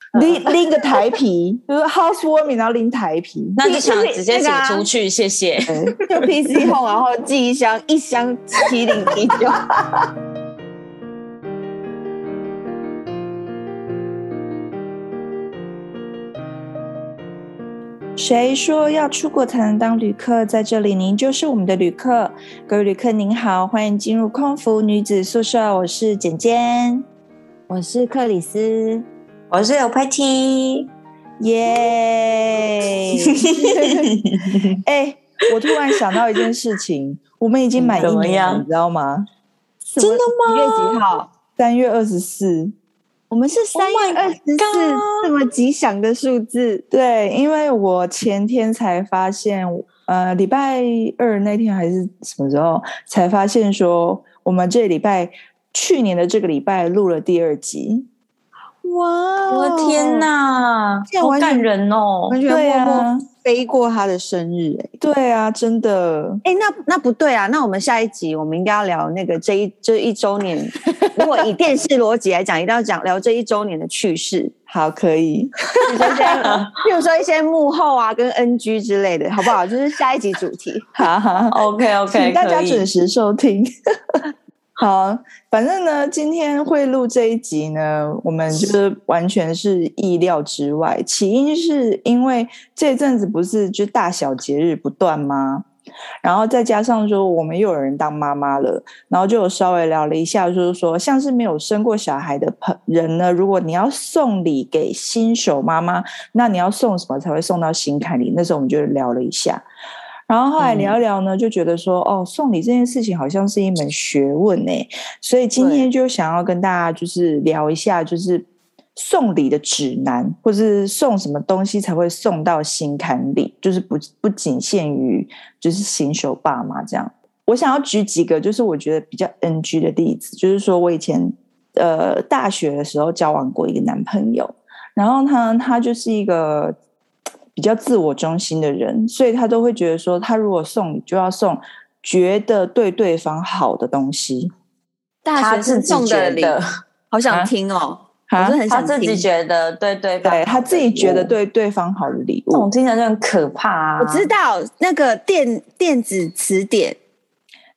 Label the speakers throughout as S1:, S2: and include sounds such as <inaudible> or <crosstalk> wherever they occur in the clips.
S1: 嗯
S2: 拎拎个台皮，就是 housewarming，然后拎台皮，
S1: 那就啊想直接请
S2: 啊
S1: 出去，谢谢。
S3: 就 PC Home，然后寄一箱一箱麒麟啤酒。
S2: 谁说要出国才能当旅客？在这里，您就是我们的旅客。各位旅客您好，欢迎进入空服女子宿舍，我是简简，
S3: 我是克里斯，
S4: 我是有 Patty，
S3: <laughs>
S1: <laughs>
S2: 耶！哎，我突然想到一件事情，我们已
S3: 嗯
S2: 经满一
S4: 怎么
S2: 年了，
S4: 样
S2: 你知道吗？
S3: 真的吗？几月几号？
S2: 三月二十四，
S3: 我们是三
S1: Oh my
S3: 月二十四
S1: God
S3: 这么吉祥的数字，
S2: 对，因为我前天才发现，呃，礼拜二那天还是什么时候才发现说，我们这礼拜去年的这个礼拜录了第二集，
S3: 哇！哦
S1: 我的
S2: <laughs>
S1: 天，哪
S3: 这，样
S1: 好
S3: 完全
S1: 感人哦！
S3: 完全
S2: 对
S3: 默
S2: 啊
S3: 默，飞过他的生日、哎、
S2: 对啊，真的，
S3: 哎、那那不对啊！那我们下一集我们应该要聊那个这一这一周年，如果以电视逻辑来讲，一定要讲聊这一周年的趣事，
S2: 好，可以，
S3: 比如说
S1: <laughs>
S3: 一些，譬如说一些幕后啊跟 NG 之类的，好不好？就是下一集主
S1: <laughs>
S3: 题。
S2: 好好好
S1: OK OK，
S2: 请大家准时收听。 <laughs> 好，反正呢，今天会录这一集呢，我们就是完全是意料之外。起因是因为这阵子不是就大小节日不断吗？然后再加上说我们又有人当妈妈了，然后就有稍微聊了一下，就是说像是没有生过小孩的朋人呢，如果你要送礼给新手妈妈，那你要送什么才会送到心坎里？那时候我们就聊了一下，然后后来聊一聊呢，就觉得说哦，送礼这件事情好像是一门学问欸呢、所以今天就想要跟大家就是聊一下，就是送礼的指南，或是送什么东西才会送到心坎里，就是不不仅限于就是新手爸妈这样。我想要举几个就是我觉得比较 NG 的例子，就是说我以前呃大学的时候交往过一个男朋友，然后他他就是一个比较自我中心的人，所以他都会觉得说，他如果送你就要送觉得对对方好的东西
S1: 他
S3: 大学
S1: 自
S3: 生
S1: 己
S3: 送
S1: 觉
S3: 的礼，
S1: 得，
S3: 好想听哦，
S2: 啊
S3: 我是很
S1: 他
S3: 想
S1: 自己
S3: 听。
S1: 觉得对对方
S2: 对他自己觉得
S1: 好的礼
S2: 对
S1: 物，
S2: 对方好的礼
S1: 这
S2: 物
S1: 种，听起来就很可怕啊！
S3: 我知道那个电电子词典，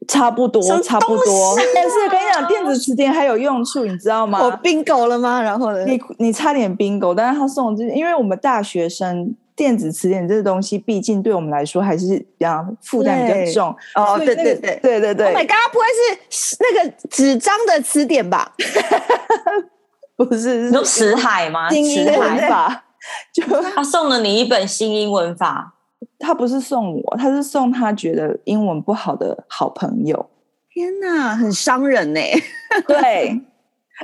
S2: 差不多
S3: 什么啊
S2: 差不多。但是跟你讲，电子词典还有用处，你知道吗？
S3: 我 bingo 了吗？然后呢？
S2: 你你差点 bingo，但是他送的就是，因为我们大学生电子词典这个东西，毕竟对我们来说还是比较负担比较
S3: 对
S2: 重。
S3: 哦
S2: 所以那
S3: 对
S2: 个
S3: 对
S2: 对对
S3: Oh my
S2: 对，
S3: god！不会是那个纸张的词典吧？
S2: 不是
S1: 你说
S2: 是
S1: 辞海吗？
S2: 精英
S1: 辞
S2: 文
S1: 海，
S2: 法，就
S1: 他送了你一本新英文法，
S2: 他不是送我，他是送他觉得英文不好的好朋友。
S3: 天哪，很伤人呢、 <laughs>
S2: 对，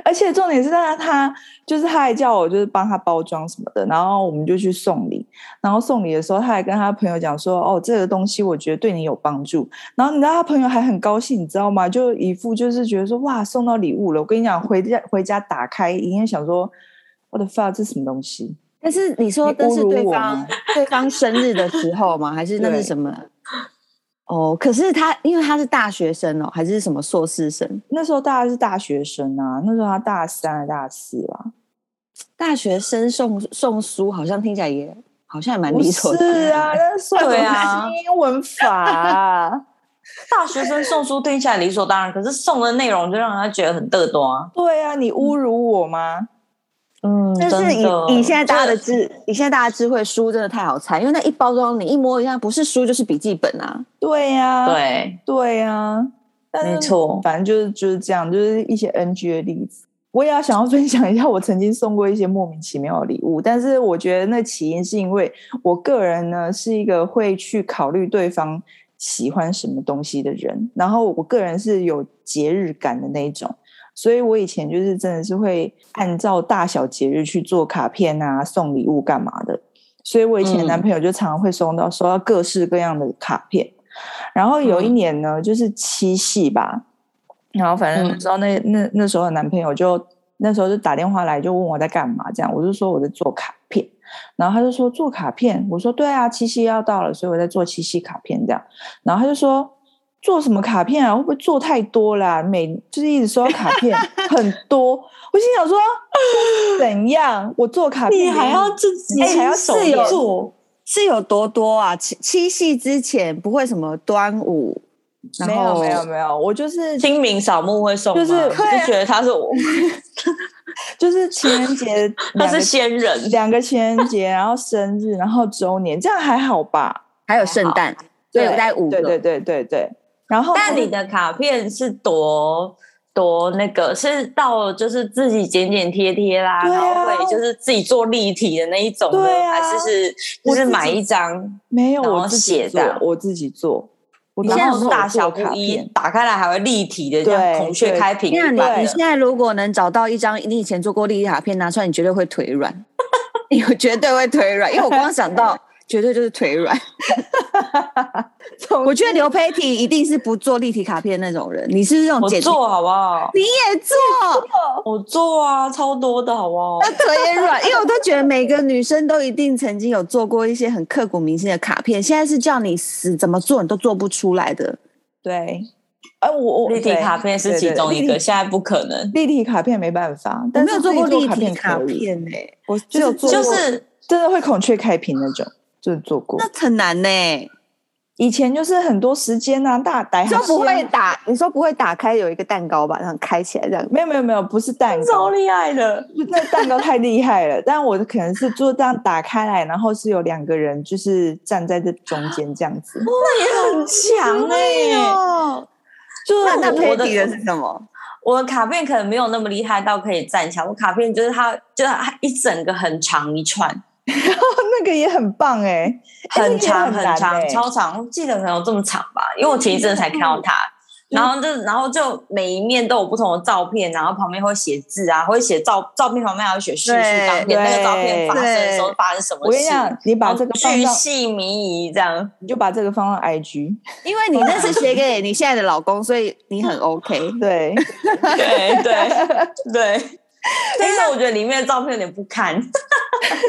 S2: 而且重点是他他就是他还叫我就是帮他包装什么的，然后我们就去送礼，然后送礼的时候他还跟他朋友讲说，哦，这个东西我觉得对你有帮助，然后你知道他朋友还很高兴，你知道吗？就一副就是觉得说哇送到礼物了，我跟你讲回家回家打开一定想说。我的 fuck，这是什么东西？
S3: 但是你说
S2: 你
S3: 这是
S2: 侮辱
S3: 对
S2: 我
S3: 方
S2: 吗
S3: 对方生日的时候吗？还是那
S2: 对
S3: 是什么？哦，可是他因为他是大学生哦，还是什么硕士生？
S2: 那时候大家是大学生啊，那时候他大三还是大四吧，
S3: 大学生送送书，好像听起来也好像也蛮
S2: 不
S3: 理所
S2: 是
S3: 当然。
S2: 啊，那送
S1: 对
S2: 的
S1: 啊
S2: 是英文法啊、
S3: <laughs>
S1: 大学生送书听起来理所当然，可是送的内容就让他觉得很嘚多啊。
S2: 对啊，你侮辱我吗？
S1: 嗯，
S3: 但是
S1: 真
S3: 以
S1: 的
S3: 以现在大家的
S1: 就
S3: 智，以现在大家智慧书真的太好猜，因为那一包装你一摸一下，不是书就是笔记本啊。
S2: 对呀、
S1: 对，
S2: 对呀、但是
S1: 没
S3: 嗯
S1: 错
S2: 反正就是就是这样，就是一些 NG 的例子。我也要想要分享一下，我曾经送过一些莫名其妙的礼物，但是我觉得那起因是因为我个人呢是一个会去考虑对方喜欢什么东西的人，然后我个人是有节日感的那一种，所以我以前就是真的是会按照大小节日去做卡片啊、送礼物干嘛的，所以我以前的
S1: 嗯
S2: 男朋友就常常会收到收到各式各样的卡片。然后有一
S1: 嗯
S2: 年呢，就是七夕吧，然后反正那
S1: 嗯
S2: 时候那、那那时候的男朋友就那时候就打电话来就问我在干嘛，这样我就说我在做卡片，然后他就说做卡片，我说对啊，七夕要到了，所以我在做七夕卡片这样，然后他就说做什么卡片啊？会不会做太多啦、每就是一直收到卡片很多，我心想说怎样？我做卡片
S1: 你还要自己
S2: 哎还要
S1: 手
S2: 自由
S1: 做，
S3: 是有多多啊？七七夕之前不会什么端午，然
S2: 没有
S3: 后
S2: 没有没有，我就是
S1: 清明扫墓会送吗？
S2: 就是啊
S1: 我就觉得
S2: <laughs>
S1: 他是我，，
S2: 就是情人节
S1: 他
S2: 两个
S1: 是仙人，
S2: 两个情人节，然后生日，然后周年，这样还好吧？
S3: 还有圣诞，所以有带五个。
S2: 对对对对对。然后，
S1: 但你的卡片是多多那个，是到就是自己剪剪贴贴啦，
S2: 对啊
S1: 然后会就是自己做立体的那一种的，
S2: 对啊
S1: 还是是
S2: 我
S1: 就
S2: 自己
S1: 是买一张，
S2: 没有
S1: 然后
S2: 我自己
S1: 写的
S2: 做，我自己做。我
S3: 你现在
S2: 然
S1: 然
S2: 后
S1: 后
S2: 是
S1: 大小
S2: 我
S1: 不
S2: 做卡
S1: 一
S2: 片，
S1: 打开来还会立体的，这样
S2: 对
S1: 孔雀
S2: 对啊
S1: 开屏
S3: 那
S1: 一
S3: 啊你
S1: 般
S3: 你
S1: 的
S3: 现。在如果能找到一张你以前做过立体卡片拿出来，你绝对会腿
S1: <laughs>
S3: 软，你绝对会腿软，因为我光想到绝对就是腿软。 <laughs> 我觉得刘佩缇一定是不做立体卡片的那种人，你是不是那种
S1: 我
S3: 剪，
S1: 做好不好？
S3: 你也做，
S1: 我做啊，超多的好不好？
S3: 那腿也软，因为我都觉得每个女生都一定曾经有做过一些很刻骨铭心的卡片，现在是叫你死怎么做你都做不出来的。
S1: <laughs>
S2: 对，哎，我我
S1: 立体
S2: 对
S1: 卡片是
S2: 对
S1: 其
S2: 对
S1: 中一
S2: 立
S1: 个，
S2: 体
S1: 现在不可能。
S2: 立体卡片没办法，
S3: 我
S2: 但
S3: 没
S2: 是
S3: 有做
S2: 自己
S3: 过立体
S2: 片
S3: 卡
S2: 可以，
S3: 片呢、欸
S2: 我
S3: 只有做
S1: 就
S2: 过 <laughs>
S1: 是
S2: 真的会孔雀开屏那种，就是做过。
S3: 那很难呢、
S2: 以前就是很多时间啊，大逮
S3: 就
S2: 好
S3: 不
S2: 戏啊
S3: 会打，你说不会打开有一个蛋糕吧，然后开起来这样。
S2: 没有没有没有，不是蛋
S1: 超
S2: 糕，
S1: 厉害的，
S2: 那蛋糕太厉害了。但我可能是就这样打开来，然后是有两个人就是站在这中间这样
S1: <laughs>
S2: 子， <laughs>
S1: 很
S2: 啊
S1: 强哎、
S3: 哦，
S2: 就
S3: 那那
S1: 我
S3: 佩
S1: 的
S3: 蒂的是什么？
S1: 我的卡片可能没有那么厉害到可以站起来，我卡片就是它，就是它一整个很长一串，
S2: 那个也很棒哎、哎
S1: 很
S2: 那
S1: 长很
S2: 个也很难
S1: 长，
S2: 欸嗯
S1: 超长，我记得可能有这么长吧，因为我前一阵才看到它。然后就，然后就每一面都有不同的照片，然后旁边会写字啊，会写照照片旁边还会写叙述
S3: 对
S1: 当天那个照片发生的时候
S3: 对
S1: 发生什么事。
S2: 我跟你讲，你
S3: 哦
S2: 把这个
S1: 然
S2: 放
S1: 后哦巨
S2: 到，
S1: 细靡遗这样，
S2: 你就把这个放到
S3: <laughs>
S2: IG，
S3: 因为你那是写给你现在的老公，所以你很 <laughs> OK。
S2: 对，
S1: 对对对。但
S2: 啊
S1: 是我觉得里面的照片有点不
S2: <laughs>
S1: 堪，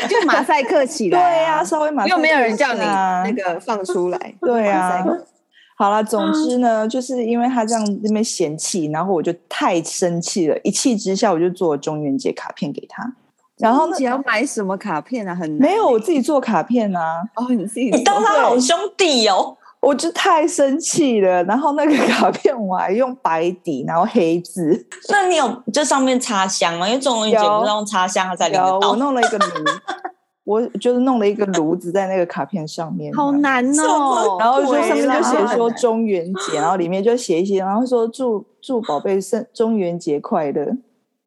S3: 就马赛克
S2: <laughs>
S3: 起
S2: 对
S3: 来、啊
S2: 呀、稍微马
S3: 又没有人叫
S2: 上
S3: 你
S2: 就是啊
S3: 那个放出 <laughs> 来。
S2: 对啊
S3: 马赛克
S2: 好啦，
S3: 啊
S2: 总之呢，就是因为他这样那边嫌弃，然后我就太生气了，一气之下我就做中元节卡片给他。然后呢
S3: 你，要买什么卡片啊？很难
S2: 没有我自己做卡片啊，
S3: 哦，你自己
S1: 你当他
S2: 对
S1: 好兄弟哦。
S2: 我就太生气了。然后那个 <laughs> 卡片我还用白底，然后黑字，
S1: 那你有就上面插香吗？因为中元节
S2: 有
S1: 不是用插香，它才领
S2: 然后
S1: 得
S2: 我
S1: 到。
S2: 弄了一个炉，我就是弄了一个炉子在那个卡片上面，
S3: 好难哦。
S2: 然后就
S3: 对
S2: 上面就
S3: 啦
S2: 写说中元节，然后里面就写一些，然后说祝祝宝贝生中元节快乐。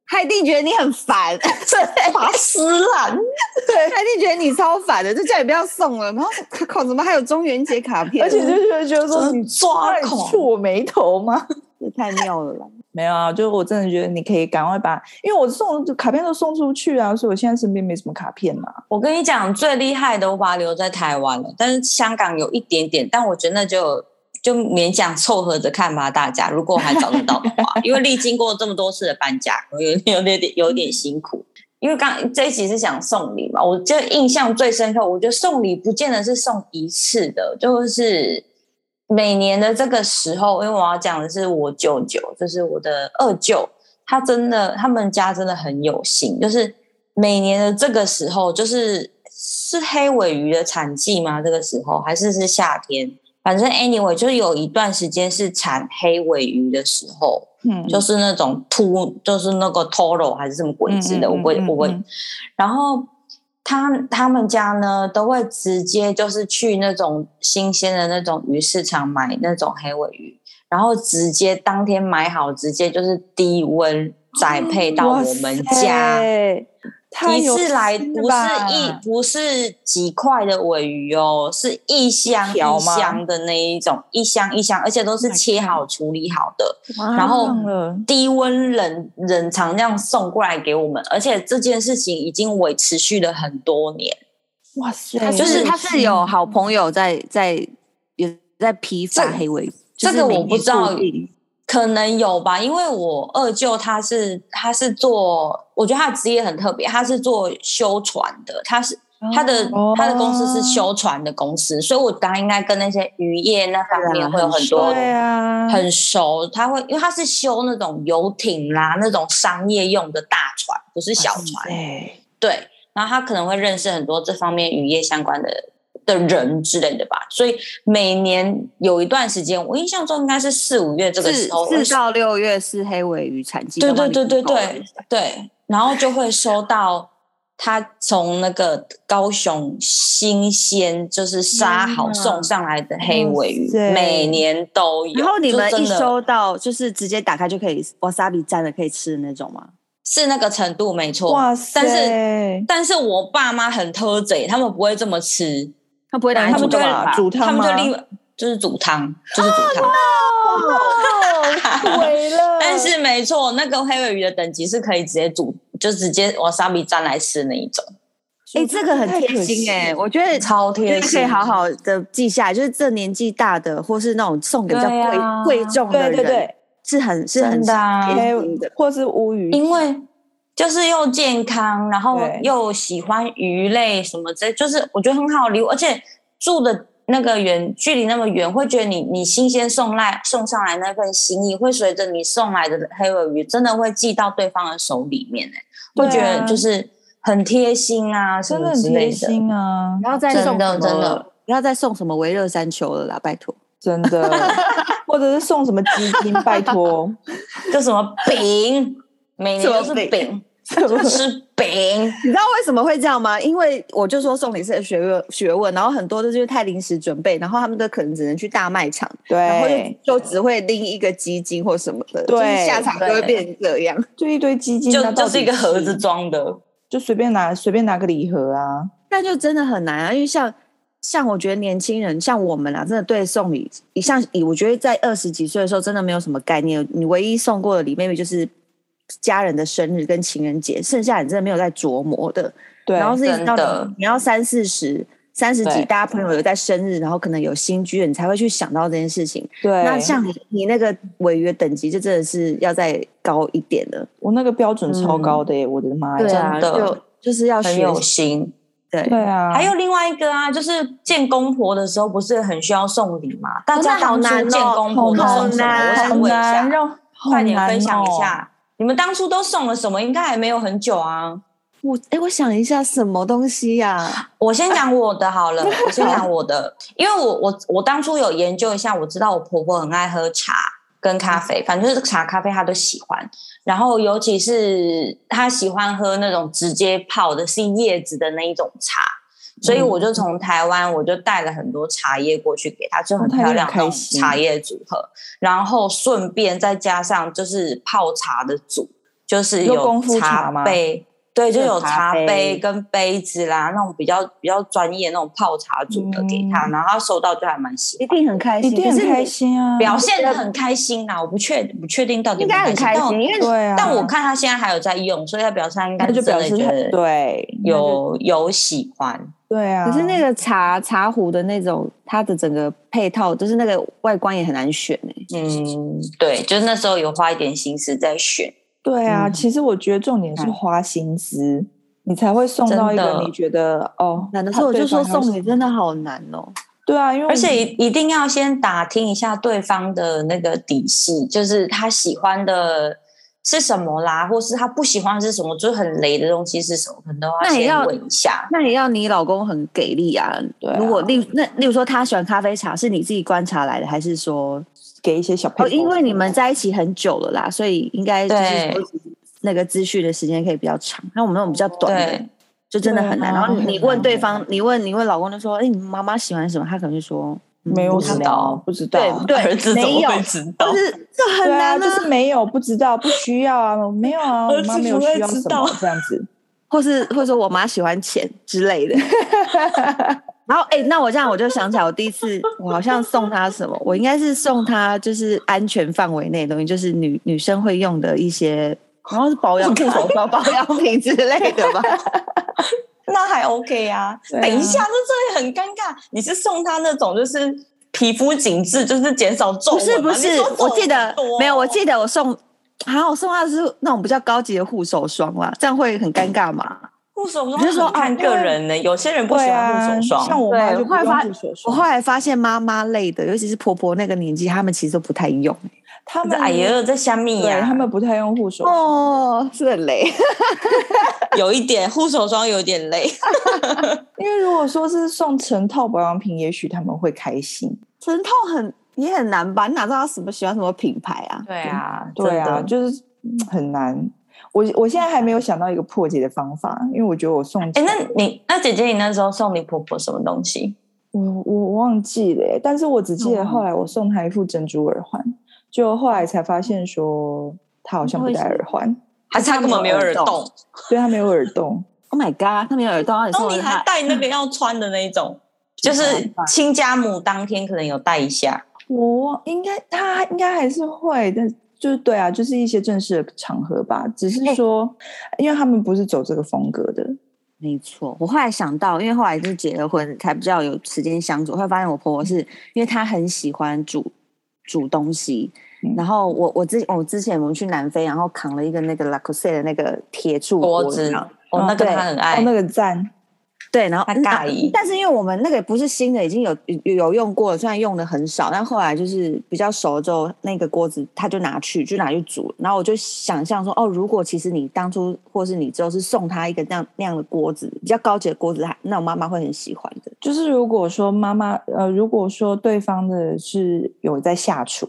S3: 他一定觉得你很烦，
S1: <laughs> 拔丝烂，
S3: 他一定觉得你超烦的，就叫你不要送了。然后靠，怎么还有中元节卡片？
S2: 而且就觉得觉得说你
S1: 抓
S2: 你
S1: 狂
S2: 触我眉头吗？ <laughs>
S3: 这太妙了啦。
S2: 没有啊，就我真的觉得你可以赶快把，因为我送卡片都送出去啊，所以我现在身边没什么卡片嘛。
S1: 我跟你讲，最厉害的我把它留在台湾了，但是香港有一点点，但我觉得那就就勉强凑合着看吧，大家如果还找得到的话，因为历经过这么多次的搬家，我有有点有点辛苦。因为刚这一集是想送礼嘛，我就印象最深刻，我觉得送礼不见得是送一次的，就是每年的这个时候，因为我要讲的是我舅舅，就是我的二舅，他真的，他们家真的很有心，就是每年的这个时候，就是是黑尾鱼的产季吗？这个时候还是是夏天？反正 anyway，就是有一段时间是产黑尾鱼的时候，
S2: 嗯，
S1: 就是那种秃，就是那个 toro 还是什么鬼之类的，
S2: 嗯嗯
S1: 我不会，
S2: 嗯嗯
S1: 我不会
S2: 嗯。
S1: 然后他他们家呢，都会直接就是去那种新鲜的那种鱼市场买那种黑尾鱼，然后直接当天买好，直接就是低温栽配到
S2: 哦哇
S1: 我们
S2: 塞
S1: 家。，
S2: 太
S1: 一
S2: 有
S1: 次来
S2: 心
S1: 不
S2: 了吧
S1: 是一不是几块的尾鱼哦，是一箱
S2: 条
S1: 一
S2: 吗
S1: 箱的那一种，一箱一箱，而且都是
S2: Oh my
S1: 切好处理好的，
S3: 哇
S1: 然后
S2: 太棒了
S1: 低温冷冷藏这样送过来给我们，而且这件事情已经维持续了很多年。
S2: 哇塞，
S3: 就是他是有好朋友在在也在批发黑尾鱼，
S1: 这
S3: 就是
S1: 这个我
S3: 每年
S1: 不知道
S3: 固定
S1: 可能有吧，因为我二舅他是他是做，我觉得他的职业很特别，他是做修船的，他是他的
S2: 哦
S1: 他的公司是修船的公司，所以我刚刚应该跟那些渔业那方面会有很多
S2: 对啊，
S1: 很熟。他会因为他是修那种游艇啦，那种商业用的大船，不是小船。
S2: 对，
S1: 对，然后他可能会认识很多这方面渔业相关的的人之类的吧。所以每年有一段时间，我印象中应该是四五月这个
S3: 四
S1: 时候，
S3: 四到六月是黑尾鱼产季，
S1: 对
S3: 刚
S1: 对
S3: 刚
S1: 对
S3: 你
S1: 对
S3: 说了
S1: 对对，然后就会收到他从那个高雄新鲜就是杀好送上来的黑尾鱼，
S2: 哇塞
S1: 每年都有。
S3: 然后你
S1: 就
S3: 们
S1: 真
S3: 一
S1: 的
S3: 收到，就是直接打开就可以 wasabi 蘸了可以吃的那种吗？
S1: 是那个程度没错，
S2: 哇塞，
S1: 但是但是我爸妈很偷贼，他们不会这么吃，
S3: 他不会拿来
S1: 他们
S3: 煮啊
S1: 就
S3: 干
S1: 会
S3: 嘛吧？
S2: 煮
S1: 他
S2: 汤
S1: 们
S2: 吗
S1: 就立马就是煮汤，就是煮汤。
S2: 哦，毁 <laughs> 了，
S1: 但是没错，那个黑尾鱼的等级是可以直接煮，就直接 wasabi 蘸来吃那一种，
S3: 哎、这个很贴心哎、我觉得。
S1: 超
S3: 觉
S1: 贴
S3: 得可
S1: 心，
S3: 以好好的记下来，就是这年纪大的，或是那种送给比较
S1: 对
S3: 贵、
S1: 啊
S3: 贵重的
S2: 对
S3: 人，
S2: 对对，
S3: 是很是很
S1: 真的啊
S3: 贴心的
S2: 黑。或是乌鱼，
S1: 因为就是又健康，然后
S2: 对
S1: 又喜欢鱼类什么之类，就是我觉得很好礼物，而且住的那个远距离那么远，会觉得你你新鲜送来送上来那份心意，会随着你送来的黑尾鱼，真的会寄到对方的手里面、欸，
S2: 对
S1: 会
S2: 啊
S1: 觉得就是很贴心啊，什
S2: 真的
S1: 么
S2: 很
S1: 之类
S2: 贴
S1: 的。
S2: 心啊，
S3: 不要再
S1: 真
S3: 送
S1: 的
S3: 什么
S1: 真的，
S3: 不要再送什么维热山丘了啦，拜托。
S2: 真的，或者是送什么基金，拜托，
S1: 就什么饼，每年都是饼，就吃饼，
S3: 你知道为什么会这样吗？因为我就说送礼是个学问学问，然后很多都就是太临时准备，然后他们都可能只能去大卖场，然后
S2: 对，
S3: 就就只会拎一个鸡精或什么的，
S2: 对
S3: 就是下场就会变成这样。
S2: 就一堆基金，
S1: 就
S2: 那到
S1: 就
S2: 底
S1: 是一个盒子，装的。
S2: 就随便拿随便拿个礼盒啊，
S3: 但就真的很难啊，因为像像我觉得年轻人像我们啊，真的对送礼，像以我觉得在二十几岁的时候真的没有什么概念，你唯一送过的礼 maybe 就是家人的生日跟情人节，剩下你真的没有在琢磨的。
S2: 对，
S3: 然后是一直
S1: 真
S3: 到
S1: 的
S3: 你你要三四十、三十几，
S2: 对
S3: 大家朋友有在生日，然后可能有新居了，你才会去想到这件事情。
S2: 对，
S3: 那像你你那个违约等级，就真的是要再高一点了。
S2: 我那个标准超高的耶，我的妈呀，
S1: 啊真的
S3: 就就是要
S1: 很
S3: 学
S1: 有
S3: 习
S1: 心，
S3: 对。
S2: 对啊，
S1: 还有另外一个啊，就是见公婆的时候，不是很需要送礼嘛？大
S2: 哦
S1: 家当初见公
S2: 好
S1: 婆都
S2: 难哦
S1: 送
S2: 好
S1: 什么？我想问一
S2: 难，
S1: 下，
S2: 让
S1: 快点分享一，下，你们当初都送了什么？应该还没有很久啊。
S3: 我哎，我想一下，什么东西呀、
S1: 我先讲我的
S2: <laughs>
S1: 好了，我先讲我的，因为我我我当初有研究一下，我知道我婆婆很爱喝茶跟咖啡，反正就是茶咖啡她都喜欢，然后尤其是她喜欢喝那种直接泡的是叶子的那一种茶，所以我
S2: 嗯
S1: 就从台湾我就带了很多茶叶过去给她，就很
S2: 哦她一定
S1: 漂亮
S2: 很
S1: 那
S2: 开
S1: 种
S2: 心
S1: 茶叶组合，然后顺便再加上就是泡茶的组，就是
S2: 有功夫茶
S1: 茶
S2: 吗
S1: 杯。对，就
S3: 就有
S1: 有茶
S3: 茶杯
S1: 杯跟杯子啦，那种比较比较专业那种泡茶组的给
S3: 嗯
S1: 他，然后他收到就还蛮喜
S3: 一定很开
S2: 一
S3: 心，
S2: 定
S3: 可
S2: 很
S3: 是你
S2: 开，心啊，
S1: 表现的很开心啦。我不确不确定到底
S3: 应该很开
S1: 有
S3: 心，
S1: 没有
S3: 因为
S2: 对啊，
S1: 但我但我看他现在还有在用，所以他表示他应该
S2: 那就表
S1: 真的
S2: 示
S1: 觉
S2: 他
S1: 得
S2: 对
S1: 有有喜欢，
S2: 对啊，
S3: 可是那个茶茶壶的那种，它的整个配套，就是那个外观也很难选哎、
S1: 嗯，对，就是那时候有花一点心思在选，
S2: 对啊，
S3: 嗯哎
S2: 其实我觉得重点是花心思，你才会送到一
S1: 真
S2: 个
S1: 的
S2: 你觉得哦，
S3: 难得说，我就说送
S2: 你
S3: 礼真的好难哦、
S2: 对啊，因为我
S1: 而且一一定要先打听一下对方的那个底细，就是他喜欢的是什么啦，或是他不喜欢的是什么，就是很雷的东西是什么，可能都要
S3: 那也要
S1: 先问一下。
S3: 那也要你老公很给力啊！
S2: 对啊
S3: 如果例那例如说他喜欢咖啡茶，是你自己观察来的，还是说
S2: 给一些小
S3: 哦，
S2: 配，
S3: 因为你们在一起很久了啦，所以应该就是
S1: 对
S3: 说那个资讯的时间可以比较长。那我们那种比较短的
S1: 对，
S3: 就真的很难。
S2: 对啊
S3: 然后你问对
S2: 很
S3: 方，你问你问老公就说：“哎，你妈妈喜欢什么？”他可能就说：“嗯
S2: 没有
S3: 不
S1: 知
S2: 什么
S1: 道
S2: 不知道，啊
S3: 对对，
S1: 儿子怎
S3: 没
S1: 么
S3: 有
S1: 会知道
S3: 就？是这很
S2: 对啊，
S3: 难啊
S2: 就是没有不知道，不需要啊，没有
S3: <laughs>
S2: 啊，我
S1: 儿子
S2: 妈没有
S1: 不会
S2: 需要
S1: 知
S2: 什
S1: 道
S2: 么这样子，
S3: 或是或者说我妈喜欢钱之类 <laughs> 的。然后哎、那我这样我就想起来，我第一次我好像送她什么，我应该是送她就是安全范围内的东西，就是女女生会用的一些，好像是保养护手霜、保养品之类的 <laughs> 吧。
S1: <laughs> 那还 OK 啊。
S2: 对啊
S1: 等一下，这真的很尴尬。你是送他那种就是皮肤紧致，就是减少皱
S3: 不
S1: 纹吗你
S3: 是不是
S1: 说皱，
S3: 哦我
S1: 纹
S3: 记得
S1: 很多哦
S3: 没有，我记得我送，好像我送她的是那种比较高级的护手霜啦，这样会很尴尬嘛？
S1: 护手霜
S3: 你是说
S1: 很看
S3: 啊
S1: 个人呢，有些人不喜
S2: 对
S1: 欢护
S2: 啊，
S1: 手霜，
S2: 像我
S3: 对
S2: 妈就
S3: 我
S2: 不
S3: 后来
S2: 用
S3: 发
S2: 护手
S3: 我
S2: 霜，
S3: 后来发现妈妈类的，尤其是婆婆那个年纪，她们其实都不太用。
S2: 他们
S1: 哎呀，在下面
S2: 对
S1: 呀，
S2: 他
S3: <laughs>
S2: 们不太用护手霜。
S3: 啊哦， <laughs> 是很累。
S1: 有一点护手霜有点累，
S2: 因为如果说是送成套保养品，也许他们会开心。
S3: 成套很也很难吧？你哪知道她什么喜欢什么品牌啊？
S1: 对啊，
S2: 对啊，
S1: 真的
S2: 就是嗯很难。我我现在还没有想到一个破解的方法，因为我觉得我送
S1: 哎，
S2: 成
S1: 那你那姐姐，你那时候送你婆婆什么东西？
S2: 我我忘记了耶，但是我只记得
S3: 嗯
S2: 后来我送她一副珍珠耳环，就后来才发现说她好像不戴耳环，
S1: 还是她根本没有耳洞？
S2: 对她没有耳
S1: <laughs>
S2: 洞。
S3: Oh my god，她没有耳洞，然后
S1: 然后
S3: 你送
S1: 你
S3: 了
S1: 还
S3: 她，
S1: 戴那个要穿的那一种，就是亲家母当天可能有戴一下，
S2: 我忘应该她应该还是会，但就是对啊，就是一些正式的场合吧。只是
S1: 哎
S2: 说，因为他们不是走这个风格的，
S3: 没错。我后来想到，因为后来就是结了婚，才比较有时间相处。后来发现我婆婆是因为她很喜欢煮煮东西
S2: 嗯。
S3: 然后我我之我之前我们去南非，然后扛了一个那个 Lacoste 的那个铁柱
S1: 脖
S3: 有
S1: 子
S3: 没有，
S1: 哦，那个
S3: 对
S1: 她很
S2: 哦
S1: 爱，，
S2: 那个赞，
S3: 对，然后
S1: 他
S3: 嗯
S1: 尬
S3: 啊
S1: 意
S3: 但是因为我们那个不是新的，已经有有有用过了，虽然用的很少，但后来就是比较熟了之后，那个锅子他就拿去就拿去煮，然后我就想象说，哦，如果其实你当初或是你之后是送他一个那样那样的锅子，比较高级的锅子，还那我妈妈会很喜欢的。
S2: 就是如果说妈妈呃，如果说对方的是有在下厨，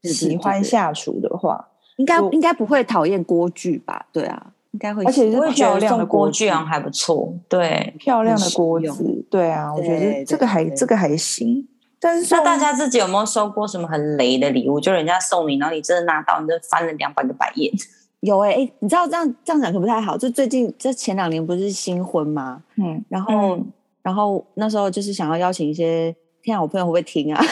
S3: 对对
S2: 喜欢
S3: 对对
S2: 下厨的话，
S3: 应该
S2: 我
S3: 应该不会讨厌锅具吧？对啊，应该会喜
S2: 而
S3: 欢，
S2: 且是
S1: 我也觉
S2: 漂
S1: 得
S2: 亮的
S1: 送
S2: 锅
S1: 锅
S2: 具
S1: 具好像还不错，对。
S2: 漂亮的
S3: 很实
S2: 锅
S3: 用
S2: 子，对啊，我觉得
S3: 对
S2: 这个
S3: 对
S2: 还
S3: 对
S2: 这个还行，但是
S1: 那
S2: 送
S1: 大家自己有没有收过什么很雷的礼物？就人家送你，然后你真的拿到，你就翻了两百个白眼。
S3: 有哎、欸欸你知道这样这样讲可不太好，就最近这前两年不是新婚吗？
S2: <laughs> 嗯，
S3: 然后、
S1: 嗯，
S3: 然后那时候就是想要邀请一些，天啊，我朋友会不会听啊？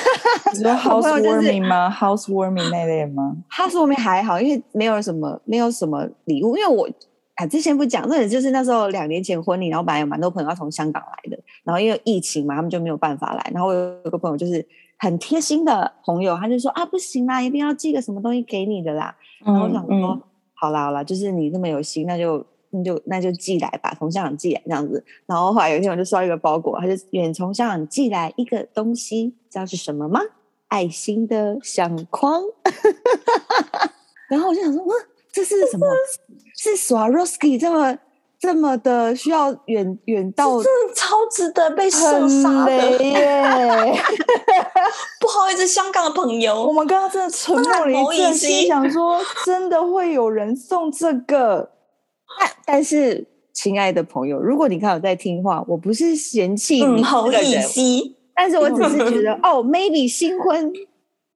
S2: 你说
S3: 我朋友就是
S2: housewarming 吗？housewarming 那类吗？
S3: 他说明还好，因为没有什么没有什么礼物，因为我啊，之前不讲，那也就是那时候两年前婚礼，然后本来有蛮多朋友要从香港来的，然后因为疫情嘛，他们就没有办法来。然后我有个朋友就是很贴心的朋友，他就说啊，不行啦，一定要寄个什么东西给你的啦。然后我想
S1: 嗯
S3: 说，好啦好啦，就是你这么有心，那就。那就那就寄来吧，从香港寄来这样子。然后后来有一天我就收到一个包裹，他就远从香港寄来一个东西，知道是什么吗？爱心的相框。 <laughs> 然后我就想说，哇，这是什么？是 Swarovski 这么这么的需要远远到
S1: 真的超值得被射
S2: 很
S1: 杀的。
S2: 雷耶！
S1: 不好意思，香港的朋
S2: <laughs> 我
S1: 友，
S2: 们刚刚真的沉默了
S1: 不好
S2: 一
S1: 意
S2: 阵，
S1: 思
S2: 心想说真的会有人送这个？
S3: <laughs> 但但是，亲爱的朋友，如果你刚好在听话，我不是嫌弃
S1: 嗯，
S3: 你这
S1: 好
S3: 个
S1: 意
S3: 人，
S1: 思。
S3: 但是我只是
S2: <laughs>
S3: 觉得，哦，maybe 新婚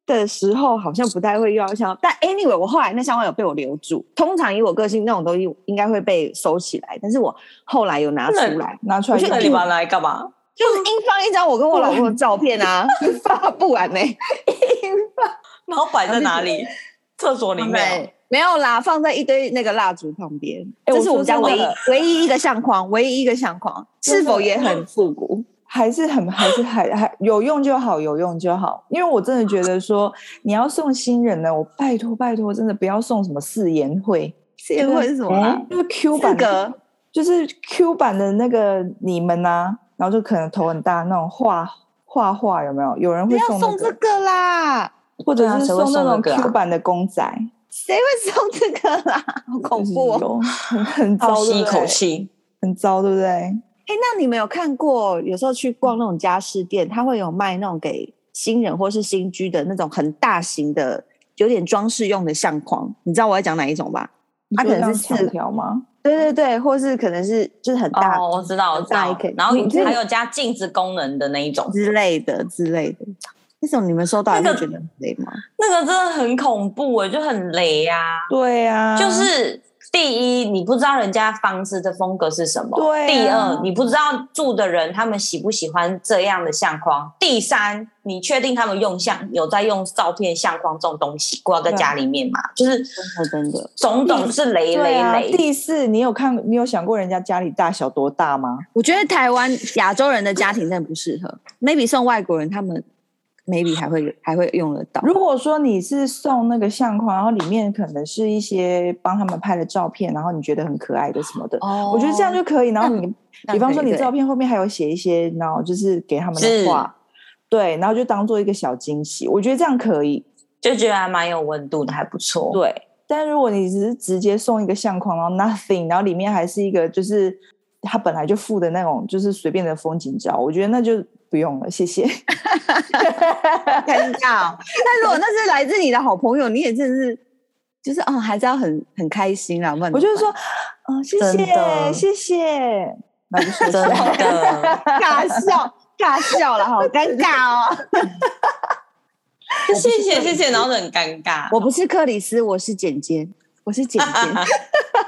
S3: 的时候好像不太会用到香，但 anyway，我后来那香花有被我留住。通常以我个性，那种东西应该会被收起来，但是我后来有拿出
S1: 那
S3: 来，
S2: 拿出来
S3: 我觉
S2: 用
S3: 得
S1: 那
S3: 对
S1: 你把它拿来干嘛？
S3: 就是硬放一张我跟我老公的照
S2: <laughs>
S3: 片啊，发不完呢、
S1: 然后摆在哪里？厕所里面哦。
S3: 对，没有啦，放在一堆那个蜡烛旁边。
S2: 哎
S3: 这是
S2: 我说
S3: 我们家
S2: 真的
S3: 唯一唯一一个相框，唯一一个相框，
S2: 真的
S3: 是否也很复古？
S2: 还是很还是还还有用就好，有用就好。因为我真的觉得说，你要送新人呢，我拜托拜托，真的不要送什么四言会，
S3: 是因为是什么啦？
S2: 就是 Q
S3: 四
S2: 版
S3: 格
S2: 就是 Q 版的那个你们呐、然后就可能头很大那种画画画有没有？有人
S3: 不
S2: 会
S3: 要
S2: 送、那
S3: 送
S2: 个
S3: 这个啦，
S2: 或者
S1: 对啊
S2: 是
S1: 谁会
S2: 送那
S1: 送
S2: 种
S1: 这个啊
S2: Q 版的公仔，
S3: 谁会送这个啦？ <laughs> 好恐
S2: 就是
S3: 怖哦！
S2: 有很很
S1: 倒
S2: 糟，
S1: 吸
S2: 对
S1: 一
S2: 不对
S1: 口？气。
S2: 很糟，对不对？
S3: 哎，那你们有看过？有时候去逛那种家饰店，它会有卖那种给新人或是新居的那种很大型的，有点装饰用的相框。你知道我在讲哪一种吧？它
S2: 你
S3: 可
S2: 说
S3: 能是
S2: 像长
S3: 四，
S2: 条吗？
S3: 对对对，或是可能是就是很大
S1: 哦，我知道，我知道
S3: 很大一个。
S1: 然后
S3: 你这
S1: 还有加镜子功能的那一种，
S3: 之类的之类的。那种你们收到也
S1: 那
S3: 会
S1: 个
S3: 觉得很累吗？
S1: 那个真的很恐怖哎，就很雷呀。
S2: 对
S1: 嗯
S2: 啊，
S1: 就是第一，你不知道人家房子的风格是什么；
S2: 对啊
S1: 第二，你不知道住的人他们喜不喜欢这样的相框；第三，你确定他们用相有在用照片相框这种东西挂在家里面吗？就是
S3: 真的真的，
S1: 种种是雷
S2: 对
S1: 雷
S2: 啊。
S1: 雷。
S2: 第四，你有看你有想过人家家里大小多大吗？
S3: 我觉得台湾亚洲人的家庭真的不适合，maybe 送外国人他们 maybe 还会还会用得到。
S2: 如果说你是送那个相框，然后里面可能是一些帮他们拍的照片，然后你觉得很可爱的什么的，
S3: 哦
S2: 我觉得这样就可以。然后你，
S3: 那
S2: 比方说
S3: 可以
S2: 你
S3: 对
S2: 照片后面还有写一些，然后就是给他们的
S1: 是
S2: 话，对，然后就当做一个小惊喜，我觉得这样可以。
S1: 就觉得还蛮有温度的，还不错。
S2: 对，但如果你只是直接送一个相框，然后 nothing，然后里面还是一个就是他本来就附的那种就是随便的风景照，我觉得那就不用了，谢谢。
S3: 尴尬哦。但如果那是来自你的好朋友，你也真的是，就是哦，还是要很很开心啦。不
S2: <laughs>
S3: 然
S2: 我就是
S3: 怎么
S2: 说，嗯，谢
S1: 真
S2: 谢，
S1: 的
S2: 谢谢。那就说
S1: 真的，
S3: 办尬笑尬笑了，好尴尬哦。
S1: 就 <laughs> 谢谢谢 <laughs> 谢，然后就很尴尬。
S3: 我不是克里斯，我是简简，我是简简，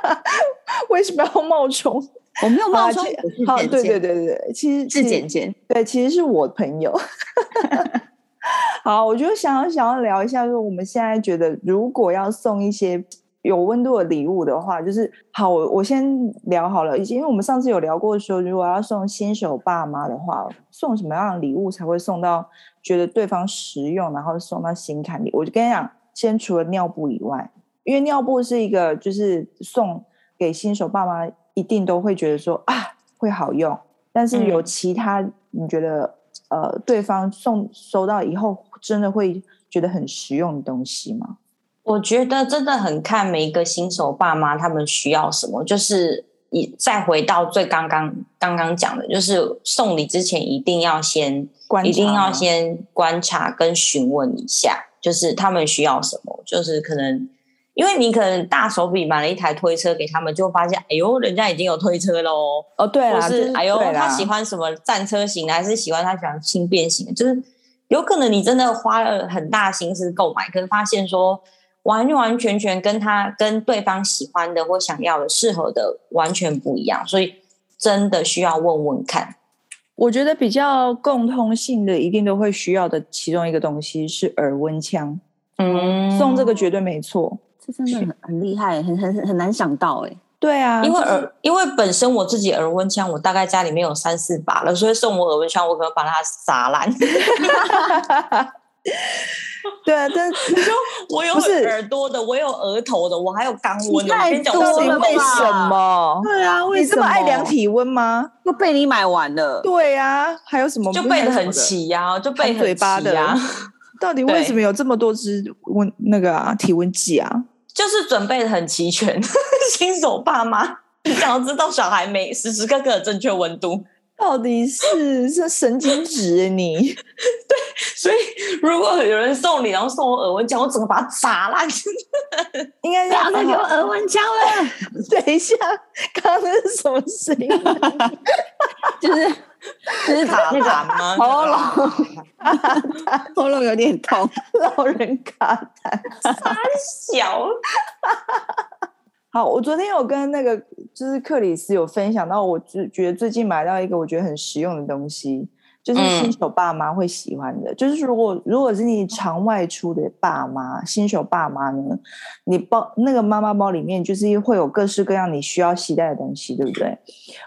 S2: <laughs> <laughs> 为什么要冒充？
S3: 我没有冒
S2: 啊
S3: 充，
S2: 其
S3: 我是
S2: 好，
S3: 简
S2: 对对
S3: 简，
S2: 对对，对其实
S3: 是
S2: 其
S3: 简简。
S2: 对，其实是我朋友。 <laughs> 好，我就想要想要聊一下，就是我们现在觉得，如果要送一些有温度的礼物的话，就是好，我我先聊好了，因为我们上次有聊过说，如果要送新手爸妈的话，送什么样的礼物才会送到觉得对方实用，然后送到心坎里？我就跟你讲，先除了尿布以外，因为尿布是一个就是送给新手爸妈一定都会觉得说啊会好用，但是有
S1: 嗯
S2: 其他你觉得、呃对方送收到以后真的会觉得很实用的东西吗？
S1: 我觉得真的很看每一个新手爸妈他们需要什么，就是一再回到最刚刚刚刚讲的，就是送礼之前一定要先
S2: 观察
S1: 一定要
S2: 吗
S1: 先观察跟询问一下，就是他们需要什么，就是可能。因为你可能大手笔买了一台推车给他们，就发现，哎呦，人家已经有推车喽，
S2: 哦，对
S1: 或
S2: 啦，
S1: 是
S2: 就
S1: 哎呦，
S2: 对啦
S1: 他喜欢什么战车型的，还是喜欢他喜欢轻便型的？就是有可能你真的花了很大心思购买，可是发现说完完全全跟他跟对方喜欢的或想要的、适合的完全不一样，所以真的需要问问看。
S2: 我觉得比较共通性的，一定都会需要的其中一个东西是耳温枪，
S1: 嗯
S2: 送这个绝对没错。
S3: 这真的很很厉害，很很很难想到哎。
S2: 对啊，
S1: 因为
S2: 就是
S1: 耳，因为本身我自己耳温枪，我大概家里面有三四把了，所以送我耳温枪，我可能把它砸烂。 <laughs>
S2: 对啊，但是
S1: 我有
S2: 不是
S1: 耳朵的，我有额头的，我还有肛温的。我
S3: 太
S1: 跟你讲，
S3: 多
S2: <laughs> 到
S1: 我
S2: 底
S1: 什么
S3: 了
S2: 为
S1: 都
S3: 吧
S2: 什么？
S3: 对啊，
S2: 你这么爱量体温吗？
S3: 都被你买完了。
S2: 对啊，还有什么
S1: 就背
S2: 的
S1: 的很，齐呀、就背
S2: 含嘴
S1: 很
S2: 巴
S1: 齐
S2: 的
S1: 呀、
S2: <laughs> 到
S1: <laughs>
S2: 底为
S1: 对
S2: 什么有这么多支温那个啊体温计啊？
S1: 就是准备的很齐全。 <laughs> 新手爸妈 <laughs> 想要知道小孩每时时刻刻的正确温度，
S2: 到底是是神经质欸你？
S1: 所以如果有人送礼，然后送我耳温枪，我整个把它砸烂。 <laughs>
S2: 应该
S3: 不
S2: 是啊
S3: 要再给我啊额温枪了，
S2: 等一下，刚刚那是什么声音？ <laughs>
S3: 就是就是
S1: 卡
S3: 那个
S1: 痰吗？
S3: 喉咙
S2: <laughs>
S3: 喉咙有点痛。
S2: 老人卡痰。
S1: 小，
S2: 好，我昨天有跟那个就是克里斯有分享到，我就觉得最近买到一个我觉得很实用的东西，就是新手爸妈会喜欢的。就是如果如果是你常外出的爸妈，新手爸妈呢，你包那个妈妈包里面就是会有各式各样你需要携带的东西，对不对？